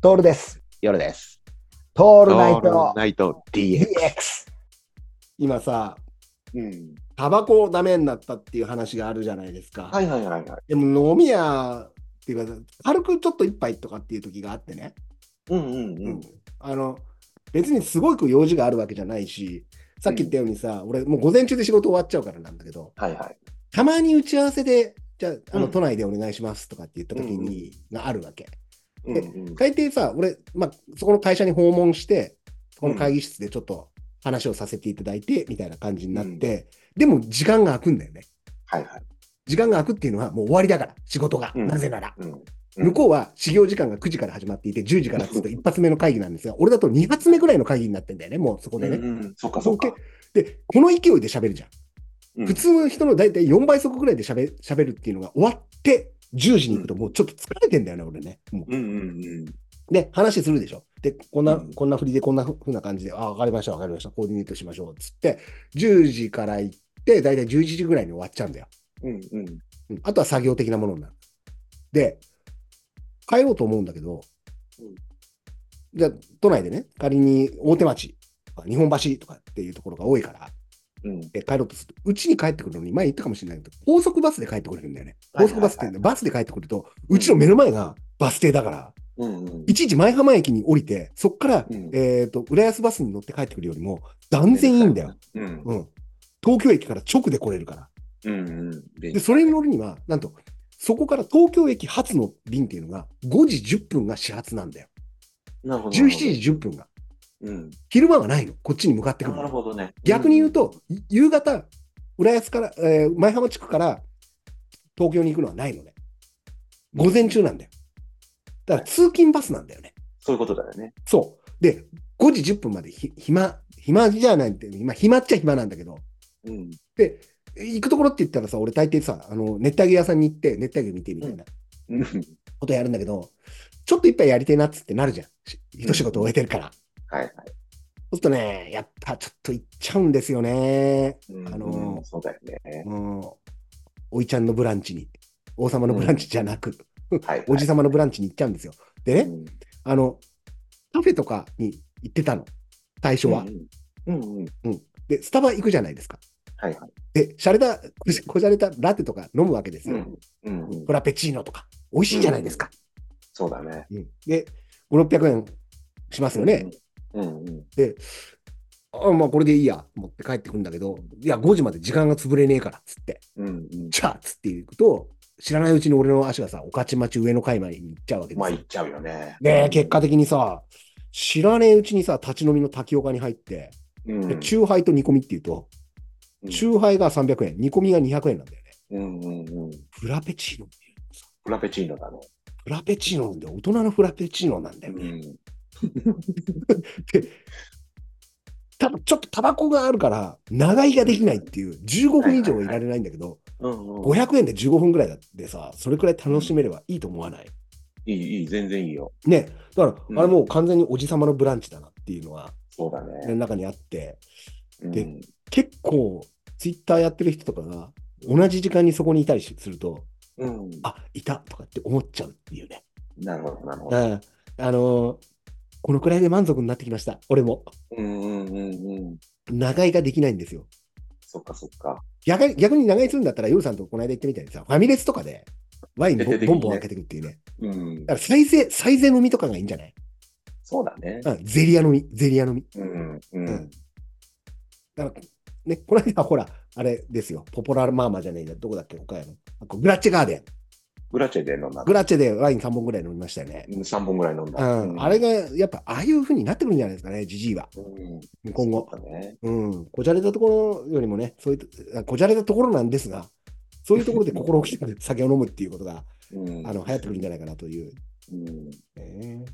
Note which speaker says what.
Speaker 1: トールです。
Speaker 2: 夜です。
Speaker 1: ト
Speaker 2: オ
Speaker 1: ールナイト
Speaker 2: ナイト DX。
Speaker 1: DX。
Speaker 3: 今さ
Speaker 2: うん。
Speaker 3: タバコをダメになったっていう話があるじゃないですか、
Speaker 2: はいはいはいはい。
Speaker 3: でも飲み屋っていうか軽くちょっと一杯とかっていう時があってね、
Speaker 2: うんうんうん。
Speaker 3: あの別にすごく用事があるわけじゃないしさっき言ったようにさ、俺もう午前中で仕事終わっちゃうからなんだけど
Speaker 2: はいはい。
Speaker 3: たまに打ち合わせでじゃああの、
Speaker 2: うん
Speaker 3: 都内でお願いしますとかって言った時に、があるわけ
Speaker 2: うんうん。
Speaker 3: 大抵さ俺、まあ、そこの会社に訪問してそこの会議室でちょっと話をさせていただいてみたいな感じになって、でも時間が空くんだよね
Speaker 2: はいはい。
Speaker 3: 時間が空くっていうのはもう終わりだから、仕事が。
Speaker 2: うん
Speaker 3: なぜなら。
Speaker 2: うん。うん
Speaker 3: 向こうは始業時間が9時から始まっていて、10時からずっと一発目の会議なんですが、俺だと2発目ぐらいの会議になってんだよね、もうそこで
Speaker 2: う
Speaker 3: ね。
Speaker 2: んうん。そっかそっか。
Speaker 3: で、この勢いで喋るじゃ
Speaker 2: うん
Speaker 3: ん。普通の人の大体4倍速ぐらいで喋喋るっていうのが終わって、10時に行くともうちょっと疲れてんだよね、俺ね。も
Speaker 2: うんうんうん。
Speaker 3: うで、話するでしょ。で、こんな、
Speaker 2: うん
Speaker 3: こんな振りでこんなふうな感じで、あ、わかりました、わかりました、コーディネートしましょう、つって、10時から行って、大体11時ぐらいに終わっちゃうんだよ。
Speaker 2: うんうん。
Speaker 3: うんあとは作業的なものになる。で、帰ろうと思うんだけど、
Speaker 2: うん
Speaker 3: じゃあ、都内でね、仮に大手町とか日本橋とかっていうところが多いから、
Speaker 2: うん。
Speaker 3: で帰ろうとすると、うちに帰ってくるのに、前言ったかもしれないけど、高速バスで帰ってくれるんだよね。
Speaker 2: はい
Speaker 3: 高
Speaker 2: はい
Speaker 3: 速
Speaker 2: はい
Speaker 3: バスっていうのは、バスで帰ってくると、うちの目の前がバス停だから、
Speaker 2: うんうん。
Speaker 3: いちいち前浜駅に降りて、そこから、
Speaker 2: うん
Speaker 3: えっと、浦安バスに乗って帰ってくるよりも、断然いいんだよ。。
Speaker 2: うん。
Speaker 3: うん。東京駅から直で来れるから。
Speaker 2: うんうん。で
Speaker 3: で、それに乗るには、なんと、そこから東京駅発の便っていうのが、5時10分が始発なんだよ。
Speaker 2: なるほど。
Speaker 3: 17時。10分が。
Speaker 2: うん。
Speaker 3: 昼間がないの。こっちに向かってくる
Speaker 2: なる
Speaker 3: の。
Speaker 2: ほどね。
Speaker 3: 逆に言うと、い夕方、浦安から、えー前浜地区から東京に行くのはないのね。午前中なんだよ。だから通勤バスなんだよね。
Speaker 2: そういうことだよね。
Speaker 3: そう。で、5時10分までひ暇、暇じゃないって、今暇っちゃ暇なんだけど、
Speaker 2: うん。
Speaker 3: で、行くところって言ったらさ、俺大抵さ、あの、熱帯魚屋さんに行って、熱帯魚見てみたいな。
Speaker 2: うん
Speaker 3: ことやるんだけど、ちょっと一杯やりてえなっつってなるじゃん。し一仕事終えてるから。
Speaker 2: はいはい。
Speaker 3: そうするとね、やった、ちょっと行っちゃうんですよね。
Speaker 2: うん
Speaker 3: あのー
Speaker 2: うんそうだよね。
Speaker 3: うん。おいちゃんのブランチに。王様のブランチじゃなく、
Speaker 2: はいはい。
Speaker 3: おじ様のブランチに行っちゃうんですよ。でね、
Speaker 2: うん
Speaker 3: あの、カフェとかに行ってたの。最初は。
Speaker 2: うんうん。うんうん。
Speaker 3: で、スタバ行くじゃないですか。
Speaker 2: はいはい。
Speaker 3: で、洒落た、こじこじゃれたラテとか飲むわけですよ。
Speaker 2: うんうんうん。
Speaker 3: フラペチーノとか。美味しいじゃないですか。
Speaker 2: そうだね。
Speaker 3: うんで、5、600円しますよね。
Speaker 2: うんうん。
Speaker 3: あまあこれでいいやと思って帰ってくるんだけど、いや、5時まで時間が潰れねえからっつって、
Speaker 2: うんうん。
Speaker 3: じゃあっつって行くと、知らないうちに俺の足がさ、御徒町上の階まで行っちゃうわけで
Speaker 2: まあ、
Speaker 3: す
Speaker 2: 行
Speaker 3: よ
Speaker 2: っ。ちゃうよね。
Speaker 3: で、結果的にさ、知らねえうちにさ、立ち飲みの滝岡に入って、
Speaker 2: うん、
Speaker 3: でチューハイと煮込みっていうと、
Speaker 2: うん
Speaker 3: チューハイが300円、煮込みが200円なんだよね。
Speaker 2: うんうんうん。
Speaker 3: フラペチーノっていうのさ、
Speaker 2: フラペチーノだね。
Speaker 3: フラペチーノなんで大人のフラペチーノなんだよね。
Speaker 2: ん。
Speaker 3: ただちょっとタバコがあるから、長居ができないっていう、15分以上はいられないんだけど、
Speaker 2: うんうん、
Speaker 3: 500円で15分ぐらいだってさ、それくらい楽しめればいいと思わない
Speaker 2: いい、いい、全然いいよ。
Speaker 3: ね。だか
Speaker 2: うん
Speaker 3: ら、あれもう完全におじさまのブランチだなっていうのは、
Speaker 2: そうだ
Speaker 3: の
Speaker 2: ね。
Speaker 3: 中にあって、
Speaker 2: うん、
Speaker 3: で結構、ツイッターやってる人とかが、同じ時間にそこにいたりすると、
Speaker 2: うん、
Speaker 3: あいたとかって思っちゃうっていうね。
Speaker 2: なるほど、なるほど。
Speaker 3: うん。あのーこのくらいで満足になってきました、俺も。
Speaker 2: うんうんうんうん。
Speaker 3: 長居ができないんですよ。
Speaker 2: そっかそっか。
Speaker 3: 逆に逆に長居するんだったら、夜さんとこの間言ってみたいにさ、ファミレスとかでワインぼ
Speaker 2: 徹底的に
Speaker 3: ボン
Speaker 2: ね
Speaker 3: ボン開けてくっていうね。
Speaker 2: うん
Speaker 3: だ、から、サイゼ、サイゼ飲みとかがいいんじゃない
Speaker 2: そうだね。
Speaker 3: うん、ゼリア飲み、ゼリア飲み。
Speaker 2: うんうん
Speaker 3: うんだからね、この間、ほら、あれですよ、ポポラマーマじゃねえんだ、どこだっけ、岡山の。あこうグラッチェガーデン。
Speaker 2: グラチェで飲んだ
Speaker 3: グ。ラッチェでワイン3本ぐらい飲みましたよね。
Speaker 2: 3本ぐらい飲ん
Speaker 3: う
Speaker 2: だ。
Speaker 3: ん、あれが、やっぱ、ああいう風になってくるんじゃないですかね、じじいは、
Speaker 2: うん、
Speaker 3: 今後
Speaker 2: そ。うだね。
Speaker 3: うん、こじゃれたところよりもね、そういう、あこじゃれたところなんですが、そういうところで心を置きて酒を飲むっていうことが、
Speaker 2: うん、
Speaker 3: あの、流行ってくるんじゃないかなという。
Speaker 2: うん、
Speaker 3: ね